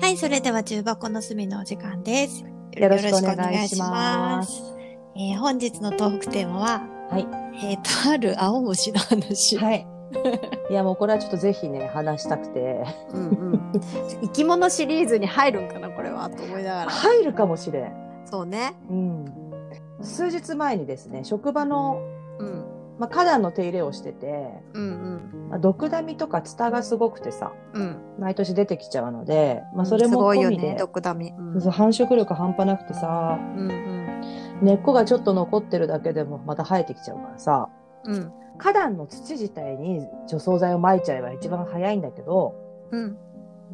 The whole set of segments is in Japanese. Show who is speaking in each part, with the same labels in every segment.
Speaker 1: はい、それでは重箱の隅のお時間です。
Speaker 2: よろしくお願いします。
Speaker 1: えー本日のトークテーマは、
Speaker 2: はい。
Speaker 1: えっ、と、ある青虫の話。
Speaker 2: はい。いや、もうこれはちょっとぜひね、話したくて。
Speaker 1: うんうん。生き物シリーズに入るんかな、これは、と思いながら。
Speaker 2: 入るかもしれん。
Speaker 1: そうね。
Speaker 2: うん。数日前にですね、職場の、
Speaker 1: うん。
Speaker 2: まあ、花壇の手入れをしてて、
Speaker 1: うん
Speaker 2: まあ、毒ダミとかツタがすごくてさ、
Speaker 1: うん。うん。
Speaker 2: 毎年出てきちゃうので、まあ、それも
Speaker 1: すごい
Speaker 2: 込
Speaker 1: よ
Speaker 2: みで、
Speaker 1: ね、毒ダミ。うん。
Speaker 2: そう繁殖力半端なくてさ、
Speaker 1: うんうん。
Speaker 2: 根っこがちょっと残ってるだけでもまた生えてきちゃうからさ、
Speaker 1: うん。
Speaker 2: 花壇の土自体に除草剤を撒いちゃえば一番早いんだけど、
Speaker 1: うん。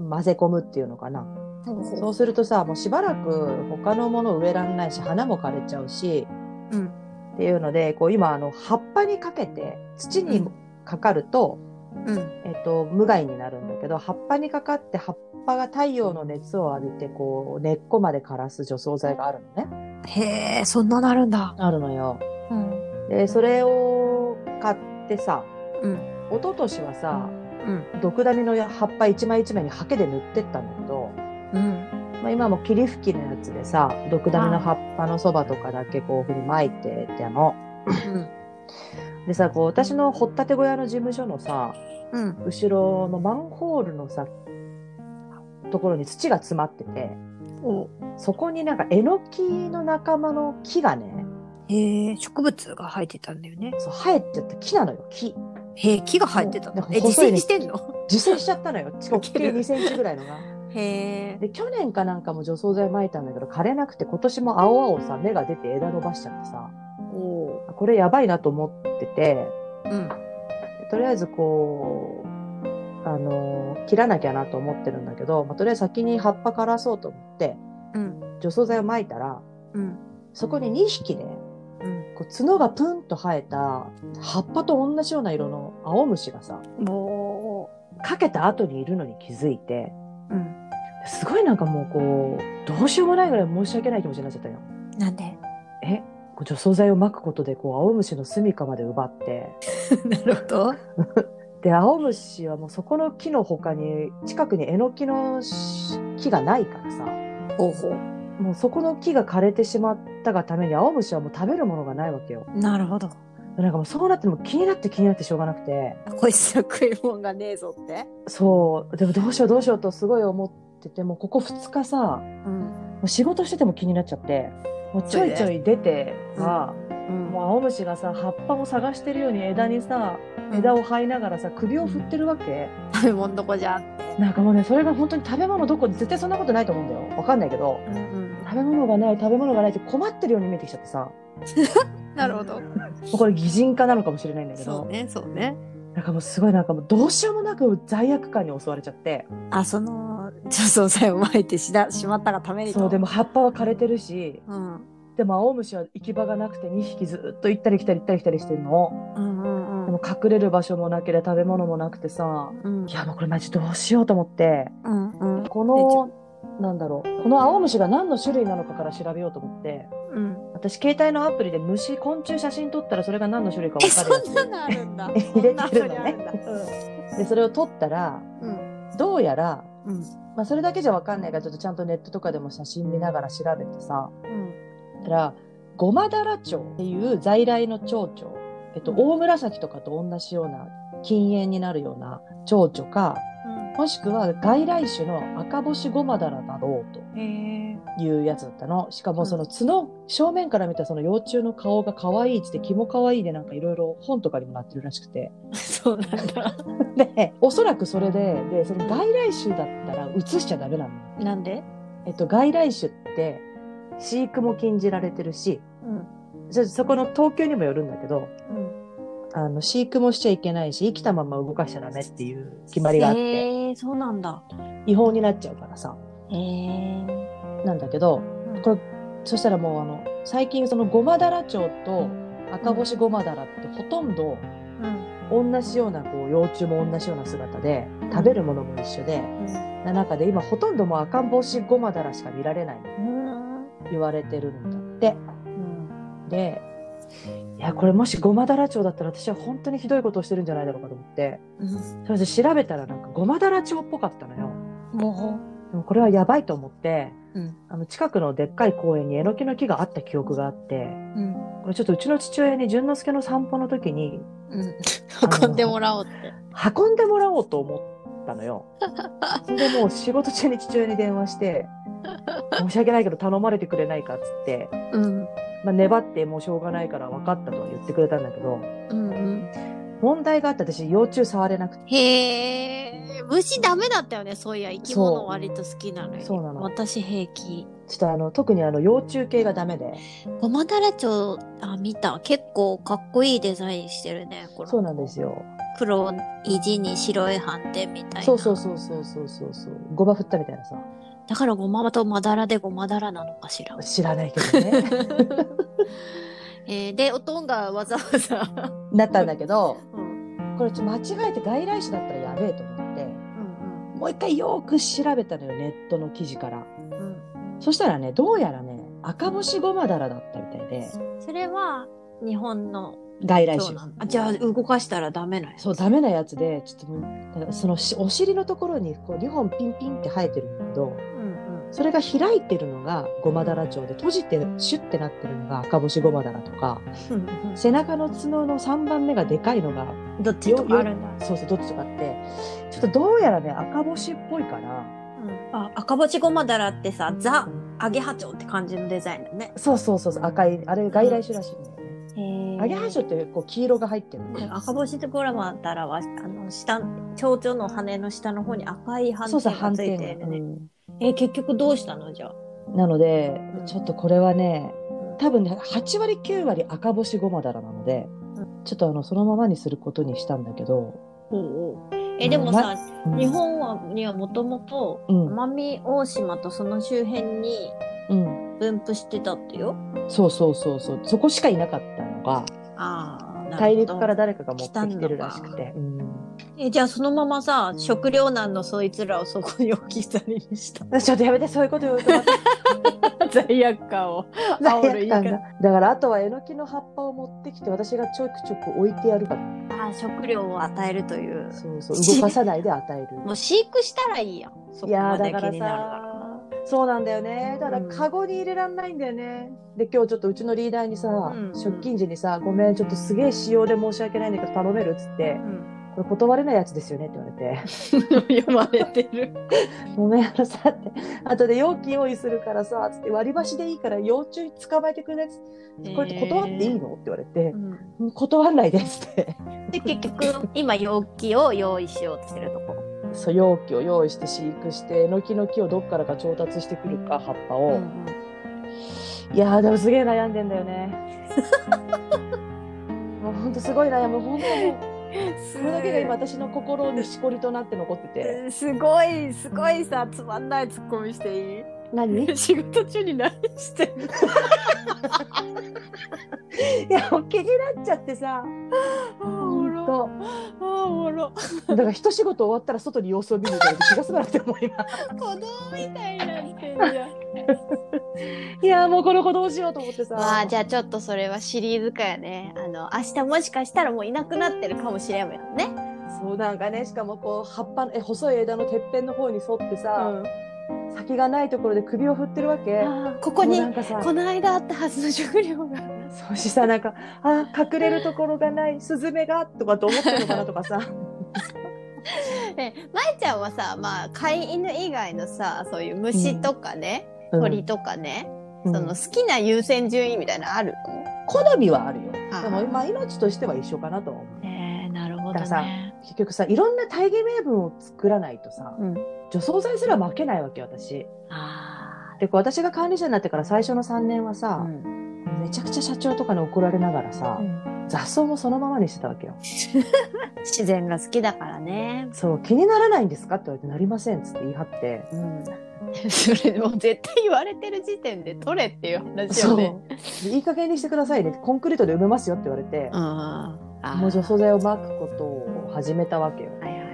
Speaker 2: 混ぜ込むっていうのかな。
Speaker 1: ほうほ
Speaker 2: そうするとさもうしばらく他のもの植えられないし花も枯れちゃうし
Speaker 1: う。うん。
Speaker 2: っていうのでこう今あの葉っぱにかけて土
Speaker 1: う
Speaker 2: に
Speaker 1: ん
Speaker 2: かかると,、
Speaker 1: うん。
Speaker 2: えっと無害になるんだけど葉っぱにかかって葉っぱが太陽の熱を浴びてこう根っこまで枯らす除草剤があるのね。
Speaker 1: へえ、そんななるんだ。
Speaker 2: あるのよ。
Speaker 1: うん。
Speaker 2: でそれを買ってさ
Speaker 1: うん。
Speaker 2: 一昨年はさ
Speaker 1: うん。
Speaker 2: 毒ダミの葉っぱ一枚一枚にハケで塗ってったんだけど、
Speaker 1: うん。
Speaker 2: まあ、今も霧吹きのやつでさ毒ダミの葉っぱのそばとかだけこういうふうに撒いてっての。でさこう私の掘ったて小屋の事務所のさ
Speaker 1: うん。
Speaker 2: 後ろのマンホールのさところに土が詰まってて
Speaker 1: お
Speaker 2: そこになんかえのきの仲間の木がね
Speaker 1: へえ、植物が生えてたんだよね。
Speaker 2: そう生えちゃった木なのよ木
Speaker 1: へえ、木が生えてた
Speaker 2: なん
Speaker 1: の
Speaker 2: か。
Speaker 1: え、自
Speaker 2: 細いね
Speaker 1: 生してん の
Speaker 2: 自生しちゃったのよ大きい2センチぐらいのが。
Speaker 1: へえ。
Speaker 2: で去年かなんかも除草剤撒いたんだけど枯れなくて今年も青々さ芽が出て枝伸ばしちゃってさ
Speaker 1: お
Speaker 2: あこれやばいなと思ってて
Speaker 1: うん。
Speaker 2: とりあえずこう、あのー切らなきゃなと思ってるんだけど、まあ、とりあえず先に葉っぱ枯らそうと思って、
Speaker 1: うん。
Speaker 2: 除草剤を撒いたら、
Speaker 1: うん。
Speaker 2: そこに2匹ね、
Speaker 1: うん。
Speaker 2: こう角がプンと生えた、葉っぱと同じような色の青虫がさ、
Speaker 1: お
Speaker 2: かけた後にいるのに気づいて、
Speaker 1: うん。
Speaker 2: すごいなんかもうこう、どうしようもないぐらい申し訳ない気持ちになっちゃったよ。
Speaker 1: なんで
Speaker 2: えこう除草剤を撒くことで、こう、青虫の住処まで奪って、
Speaker 1: なるほど。
Speaker 2: で青虫はもうそこの木の他に近くにえのきのし木がないからさ
Speaker 1: ほうほ
Speaker 2: もうそこの木が枯れてしまったがために青虫はもう食べるものがないわけよ
Speaker 1: う。なるほど。
Speaker 2: なんかもうそうなっても気になって気になってしょうがなくて
Speaker 1: こいつは食い物がねえぞって。
Speaker 2: そうでもどうしようどうしようとすごい思っててもうここ2日さも
Speaker 1: うん。
Speaker 2: う仕事してても気になっちゃってもうちょいちょい出ては、
Speaker 1: うん。
Speaker 2: もう青虫がさ葉っぱを探してるように枝にさ枝を這いながらさ首を振ってるわけ。
Speaker 1: 食べ物どこじゃん。
Speaker 2: なんかもうね、それが本当に食べ物どこ絶対そんなことないと思うんだよ。わかんないけど。
Speaker 1: うん。
Speaker 2: 食べ物がない、食べ物がないって困ってるように見えてきちゃってさ。も
Speaker 1: なるほど。
Speaker 2: うこれ擬人化なのかもしれないんだけ
Speaker 1: そう
Speaker 2: ど。
Speaker 1: ね、そうね。
Speaker 2: なんかもうすごいなんかもうどうしようもなく罪悪感に襲われちゃって。
Speaker 1: あ、その、除草剤を撒いてしだしまったがためにと
Speaker 2: そう、でも葉っぱは枯れてるし、
Speaker 1: うん。
Speaker 2: でも青虫は行き場がなくて2匹ずっと行ったり来たり行ったり来たりしてるの。
Speaker 1: うんうん
Speaker 2: で
Speaker 1: うん
Speaker 2: も隠れる場所もなければ食べ物もなくてさ。
Speaker 1: うん
Speaker 2: いやもうこれマジどうしようと思って。
Speaker 1: うんうん
Speaker 2: この、なんだろう。この青虫が何の種類なのかから調べようと思って。
Speaker 1: うん
Speaker 2: 私携帯のアプリで虫昆虫写真撮ったらそれが何の種類か
Speaker 1: え
Speaker 2: 分か
Speaker 1: そ
Speaker 2: るや
Speaker 1: んなのあるん だ
Speaker 2: 入れてるのね
Speaker 1: そんなあんだ
Speaker 2: つでそれを撮ったら
Speaker 1: うん
Speaker 2: どうやら、
Speaker 1: うん
Speaker 2: まあ、それだけじゃ分かんないからちょっとちゃんとネットとかでも写真見ながら調べてさ
Speaker 1: うん
Speaker 2: たらゴマダラチョウっていう在来の蝶々、えっと、大紫とかと同じような禁煙になるような蝶々かもしくは外来種の赤星ゴマダラだろうと。
Speaker 1: うんへえ
Speaker 2: いうやつだったの。しかもその角、正面から見たその幼虫の顔が可愛いって言って、気も可愛いでなんかいろいろ本とかにもなってるらしくて。
Speaker 1: そうなんだ。
Speaker 2: で、おそらくそれで、で、その外来種だったら移しちゃダメなの。
Speaker 1: なんで？
Speaker 2: えっと、外来種って、飼育も禁じられてるし、
Speaker 1: うん
Speaker 2: そそこの東京にもよるんだけど、
Speaker 1: うん。
Speaker 2: あの、飼育もしちゃいけないし、生きたまま動かしちゃダメっていう決まりがあって、
Speaker 1: えそうなんだ。
Speaker 2: 違法になっちゃうからさ、
Speaker 1: へえ。
Speaker 2: なんだけど、これそしたらもうあの、最近そのゴマダラ蝶と赤星ゴマダラってほとんど
Speaker 1: うん
Speaker 2: 同じようなこう幼虫も同じような姿で、食べるものも一緒で、な中で今ほとんどもう赤星ゴマダラしか見られない
Speaker 1: うん
Speaker 2: 言われてるんだって。
Speaker 1: うん。
Speaker 2: で、いや、これもしゴマダラ蝶だったら私は本当にひどいことをしてるんじゃないだろうかと思って、
Speaker 1: うん。
Speaker 2: それで調べたらなんかゴマダラ蝶っぽかったのよ。
Speaker 1: も
Speaker 2: でもこれはやばいと思って、
Speaker 1: うん
Speaker 2: あの近くのでっかい公園にえのきの木があった記憶があって、
Speaker 1: うん
Speaker 2: これちょっとうちの父親に淳之介の散歩の時に
Speaker 1: うん、運んでもらおうって。
Speaker 2: 運んでもらおうと思った のよ。でもう仕事中に父親に電話して、申し訳ないけど頼まれてくれないかっつって、
Speaker 1: うん
Speaker 2: まあ、粘ってもうしょうがないから分かったとは言ってくれたんだけど、
Speaker 1: うんうん、
Speaker 2: 問題があって私幼虫触れなくて、
Speaker 1: へえ虫ダメだったよねそういや生き物割と好きなのよ
Speaker 2: そうなの
Speaker 1: 私平気
Speaker 2: ちょっとあの、特にあの幼虫系がダメで、
Speaker 1: ゴマダラチョウあ見た結構かっこいいデザインしてるねこの
Speaker 2: そうなんですよ。
Speaker 1: 黒い地に白い斑点みたいな
Speaker 2: そうそうそうそうそうそうそう。ゴバ振ったみたいなさ。
Speaker 1: だからゴマとマダラでゴマダラなのか しら
Speaker 2: 知らないけど ね。
Speaker 1: えーでおとんがわざわざ、
Speaker 2: なったんだけど、
Speaker 1: うん
Speaker 2: これちょっと間違えて外来種だったらやべえと思って、
Speaker 1: うん
Speaker 2: もう一回よーく調べたのよ、ネットの記事から。
Speaker 1: うん
Speaker 2: そしたらね、どうやらね、赤星ゴマダラだったみたいで、
Speaker 1: それは日本の
Speaker 2: 外来
Speaker 1: そう
Speaker 2: 種
Speaker 1: な。のあじゃあ動かしたらダメなんや
Speaker 2: そう、ダメなやつで、ちょっともう、だからそのしお尻のところにこう2本ピンピンって生えてるんだけど、
Speaker 1: うん
Speaker 2: それが開いてるのがゴマダラ蝶で、閉じてシュッてなってるのが赤星ゴマダラとか、
Speaker 1: うん
Speaker 2: 背中の角の3番目がでかいのが、
Speaker 1: どっちとかあるんだ
Speaker 2: そうそう、どっちとかって、ちょっとどうやらね、赤星っぽいから、
Speaker 1: あ赤星ゴマダラってさザアゲハチョウって感じのデザインだね
Speaker 2: そうそうそうそう、赤い、あれ外来種らしいんだよね。
Speaker 1: へー
Speaker 2: アゲハチョウってこう黄色が入ってるのね
Speaker 1: 赤星とゴマダラはあの下蝶々の羽の下の方に赤い斑
Speaker 2: そう
Speaker 1: 点
Speaker 2: そ
Speaker 1: が
Speaker 2: う、斑
Speaker 1: つい
Speaker 2: 点
Speaker 1: てる
Speaker 2: が。
Speaker 1: ね、
Speaker 2: うん
Speaker 1: えー結局どうしたのじゃあ
Speaker 2: なので
Speaker 1: うん、
Speaker 2: ちょっとこれはね、多分ね、8割9割赤星ゴマダラなので、ちょっとあの、そのままにすることにしたんだけど、
Speaker 1: おうおうえでもさ、
Speaker 2: うん
Speaker 1: 日本はにはもともと
Speaker 2: うん、
Speaker 1: 奄美大島とその周辺に
Speaker 2: うん。
Speaker 1: 分布してたってよ
Speaker 2: そうそうそうそう、そこしかいなかったのが、
Speaker 1: ああ
Speaker 2: 大陸から誰かが持ってきてるらしくて。うん
Speaker 1: えじゃあそのままさ食糧難のそいつらをそこに置き去りにした
Speaker 2: ちょっとやめて、そういうこと言うとまた
Speaker 1: 罪悪感を 煽る言い
Speaker 2: だ
Speaker 1: 方
Speaker 2: からあとはえのきの葉っぱを持ってきて私がちょくちょく置いてやるから
Speaker 1: ああ食料を与えるという
Speaker 2: そうそう 動かさないで与える
Speaker 1: もう飼育したらいいやんそ
Speaker 2: い
Speaker 1: こま
Speaker 2: やー
Speaker 1: で
Speaker 2: だ
Speaker 1: 気
Speaker 2: から
Speaker 1: になるなら
Speaker 2: さそうなんだよねだからカゴに入れらんないんだよね、で今日ちょっとうちのリーダーにさ、
Speaker 1: ん
Speaker 2: 出勤時にさ「ごめんちょっとすげえ仕様で申し訳ないんだけど頼める?」っつって
Speaker 1: うん、
Speaker 2: 「これ断れないやつですよね」って言われて
Speaker 1: 読まれてる
Speaker 2: 「ごめんあのさ」って「あとで容器用意するからさ」つって「割り箸でいいから幼虫捕まえてくれ」っつって「これって断っていいの?」って言われて「うん断んないです」って。
Speaker 1: で結局今容器を用意しようとしてるとこ、
Speaker 2: そう容器を用意して飼育してえのきの木をどっからか調達してくるか葉っぱを、いやーでもすげえ悩んでんだよねもうほんとすごい悩むもうほんともう
Speaker 1: す
Speaker 2: これだけが今私の心にしこりとなって残ってて
Speaker 1: すごいすごいさつまんないツッコミしてい
Speaker 2: 何い
Speaker 1: い仕事中に何してんの
Speaker 2: や気になっちゃってさ
Speaker 1: あ
Speaker 2: ほんと
Speaker 1: あおもろ
Speaker 2: だから一仕事終わったら外に様子を見に行かないと気が済まなくてもう今
Speaker 1: 子供みたいになってるや
Speaker 2: いやーもうこの子どうしようと思ってさ
Speaker 1: まあじゃあちょっとそれはシリーズ化やねあの明日もしかしたらもういなくなってるかもしれんもんね
Speaker 2: そうなんかねしかもこう葉っぱのえ細い枝のてっぺんの方に沿ってさ、先がないところで首を振ってるわけ。
Speaker 1: あここ
Speaker 2: もう
Speaker 1: に
Speaker 2: なんかさ
Speaker 1: この間あったはずの食料が
Speaker 2: そうしさなんかあ隠れるところがないスズメがとかと思ってるのかなとかさ
Speaker 1: ねまえちゃんはさ、まあ、飼い犬以外のさ、そういう虫とかね、 鳥とかね、
Speaker 2: うん
Speaker 1: その好きな優先順位みたいなのある
Speaker 2: 好みはあるよ
Speaker 1: あー
Speaker 2: でも今命としては一緒かなとは思う
Speaker 1: のえなるほ
Speaker 2: どねだからさ結局さいろんな大義名分を作らないとさ
Speaker 1: うん。
Speaker 2: 除草剤すら負けないわけ私
Speaker 1: あ
Speaker 2: でこう私が管理者になってから最初の3年は
Speaker 1: あ。
Speaker 2: さ、
Speaker 1: ん。
Speaker 2: めちゃくちゃ社長とかに怒られながらさ、雑草もそのままにしてたわけよ
Speaker 1: 自然が好きだからね。
Speaker 2: そう気にならないんですかって言われてなりませんっつって言い張って
Speaker 1: うん。 それもう絶対言われてる時点で取れっていう話
Speaker 2: そ
Speaker 1: よ
Speaker 2: う
Speaker 1: ね。
Speaker 2: でいい加減にしてくださいねコンクリートで埋めますよって言われて、
Speaker 1: ああ
Speaker 2: もう除草剤をまくことを始めたわけよ。
Speaker 1: はいはいは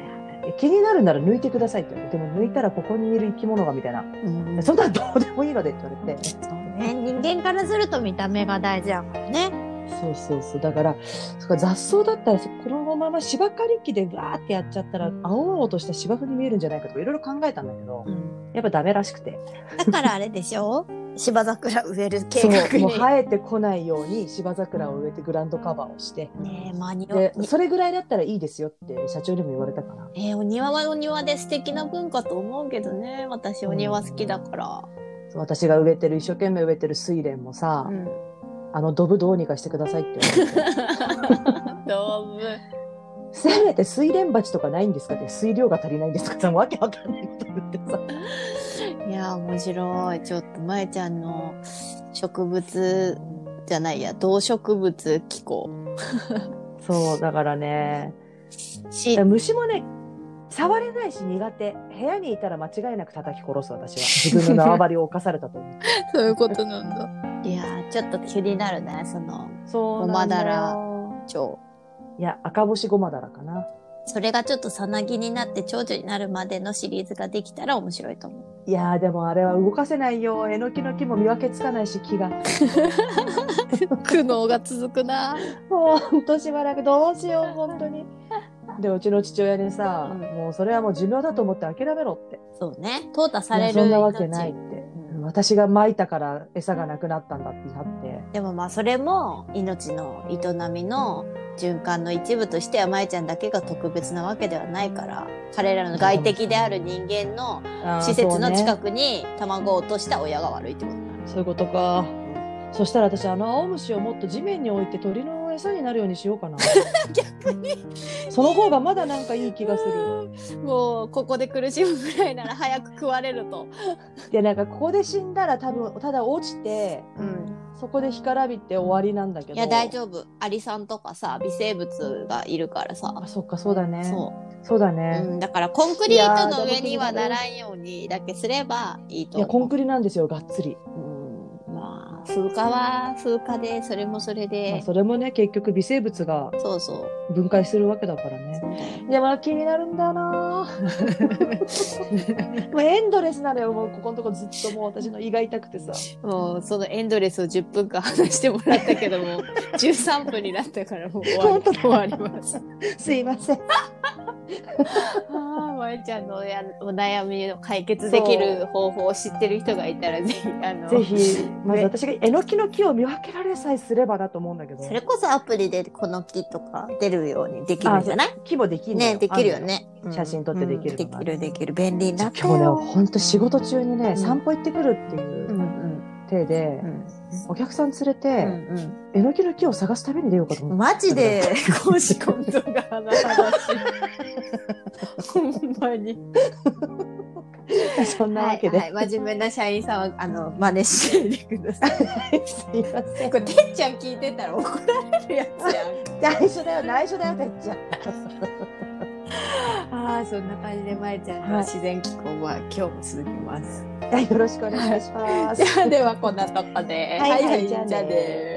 Speaker 2: え気になるなら抜いてくださいって言われて、でも抜いたらここにいる生き物がみたいな、
Speaker 1: い。うん
Speaker 2: そんなんどうでもいいのでって言われ
Speaker 1: ね、
Speaker 2: て、
Speaker 1: 人間からすると見た目が大事だからね。
Speaker 2: そうそうそうだからそっか雑草だったらそこのまま芝刈り機でわーってやっちゃったら青々とした芝生に見えるんじゃないかとかいろいろ考えたんだけど、
Speaker 1: うん
Speaker 2: やっぱダメらしくて
Speaker 1: だからあれでしょ芝桜植える計
Speaker 2: そう
Speaker 1: 画
Speaker 2: もう
Speaker 1: に。
Speaker 2: 生えてこないように芝桜を植えてグラウンドカバーをして
Speaker 1: ねえ、まあ、庭
Speaker 2: でそれぐらいだったらいいですよって社長にも言われたから
Speaker 1: えーお庭はお庭で素敵な文化と思うけどね。私お庭好きだから。
Speaker 2: そう私が植えてる一生懸命植えてる睡蓮もさ、
Speaker 1: うん。
Speaker 2: あのドブどうにかしてくださいって言われて
Speaker 1: 動物。
Speaker 2: せめて睡蓮鉢とかないんですかって水量が足りないんですかってわけわかんないこと言ってさ
Speaker 1: いやー、面白い。ちょっと、まえちゃんの植物じゃないや、動植物気候。
Speaker 2: そうだからね
Speaker 1: し、
Speaker 2: 虫もね触れないし苦手部屋にいたら間違いなく叩き殺す私は自分の縄張りを犯されたと 思う
Speaker 1: そういうことなんだ。いやー、ちょっと気になるね、その、
Speaker 2: そう
Speaker 1: う
Speaker 2: な
Speaker 1: なんん
Speaker 2: だ
Speaker 1: だ
Speaker 2: ら
Speaker 1: よ蝶。
Speaker 2: いや赤星ごまだらかな
Speaker 1: それがちょっとさなぎになって長女になるまでのシリーズができたら面白いと思
Speaker 2: いやーでもあれは動かせないよえのきの木も見分けつかないし木が
Speaker 1: う。苦悩が続くな。
Speaker 2: もうほんとしばらくどうしよう本 当にでうちの父親にさ、
Speaker 1: うん
Speaker 2: もうそれはもう寿命だと思って諦めろって
Speaker 1: そうね。淘汰される。
Speaker 2: いやそんなわけないっ。て、
Speaker 1: うん
Speaker 2: 私が撒いたから餌がなくなったんだってなって
Speaker 1: でもまあそれも命の営みの循環の一部としてはまえちゃんだけが特別なわけではないから彼らの外敵である人間の施設の
Speaker 2: く
Speaker 1: 近くに卵を落とした親が悪いってこと
Speaker 2: そういうことか。そしたら私あの青虫をもっと地面に置いて鳥の餌になるようにしようかな。
Speaker 1: 逆に
Speaker 2: その方がまだなんかいい気がする。
Speaker 1: もうここで苦しむぐらいなら早く食われると、
Speaker 2: でなんかここで死んだら多分ただ落ちて
Speaker 1: うん、
Speaker 2: そこで干からびて終わりなんだけど。
Speaker 1: いや大丈夫アリさんとかさ微生物がいるからさ
Speaker 2: あそっかそうだね。そ
Speaker 1: そう
Speaker 2: だ
Speaker 1: う、
Speaker 2: ね。
Speaker 1: うん、だからコンクリートの上にはならんようにだけすればいいと
Speaker 2: いやコ
Speaker 1: 思
Speaker 2: ン
Speaker 1: う
Speaker 2: クリなんですよがっつり。
Speaker 1: うんまあ風化は風化でそれもそれ
Speaker 2: まあ
Speaker 1: で、
Speaker 2: それもね結局微生物が
Speaker 1: そうそう
Speaker 2: 分解するわけだからね。いやまあ気になるんだよ な。もうエンドレスなのよもうここのとこずっともう私の胃が痛くてさ。
Speaker 1: もうそのエンドレスを10分間話してもらったけど も13分になったからもう終わ
Speaker 2: 本当
Speaker 1: り
Speaker 2: だ
Speaker 1: 終わります。
Speaker 2: すいませ ん。
Speaker 1: ああまえちゃんのおやお悩みを解決できる方法を知ってる人がいたらぜひあの
Speaker 2: ぜひ、まず
Speaker 1: ね
Speaker 2: 私がえのきの木を見分けられさえすればだと思うんだけど。
Speaker 1: それこそアプリでこの木とか出るようにできるんじゃない
Speaker 2: 木もできる
Speaker 1: ねできるよ。ね。うん
Speaker 2: 写真撮ってできる
Speaker 1: う
Speaker 2: の
Speaker 1: ん
Speaker 2: が
Speaker 1: できるできる便利にな
Speaker 2: 今
Speaker 1: った
Speaker 2: 日ね、
Speaker 1: よ。
Speaker 2: 本当仕事中にね、
Speaker 1: ん
Speaker 2: 散歩行ってくるっていううん
Speaker 1: う
Speaker 2: うん手で、
Speaker 1: うん
Speaker 2: お客さん連れ
Speaker 1: う
Speaker 2: て、
Speaker 1: んうん
Speaker 2: えのきの木を探す旅に出ようかと思って。
Speaker 1: マジで公私混同が 話ほんまに。
Speaker 2: そんな
Speaker 1: は
Speaker 2: わ
Speaker 1: い、
Speaker 2: けで。
Speaker 1: はい、真面目な社員さんはあの真似しないでくだ さい。
Speaker 2: すいません。
Speaker 1: これてっちゃん聞いてたら怒られるやつや
Speaker 2: 内緒だよ、内緒だよ、てっちゃん。
Speaker 1: ん。ああそんな感じでまえちゃん
Speaker 2: は
Speaker 1: の
Speaker 2: い
Speaker 1: 自然気候は今日も続き ます。
Speaker 2: はいよろしくお願いします。
Speaker 1: じゃあではこんなとこで。
Speaker 2: はいはいじゃあね
Speaker 1: ね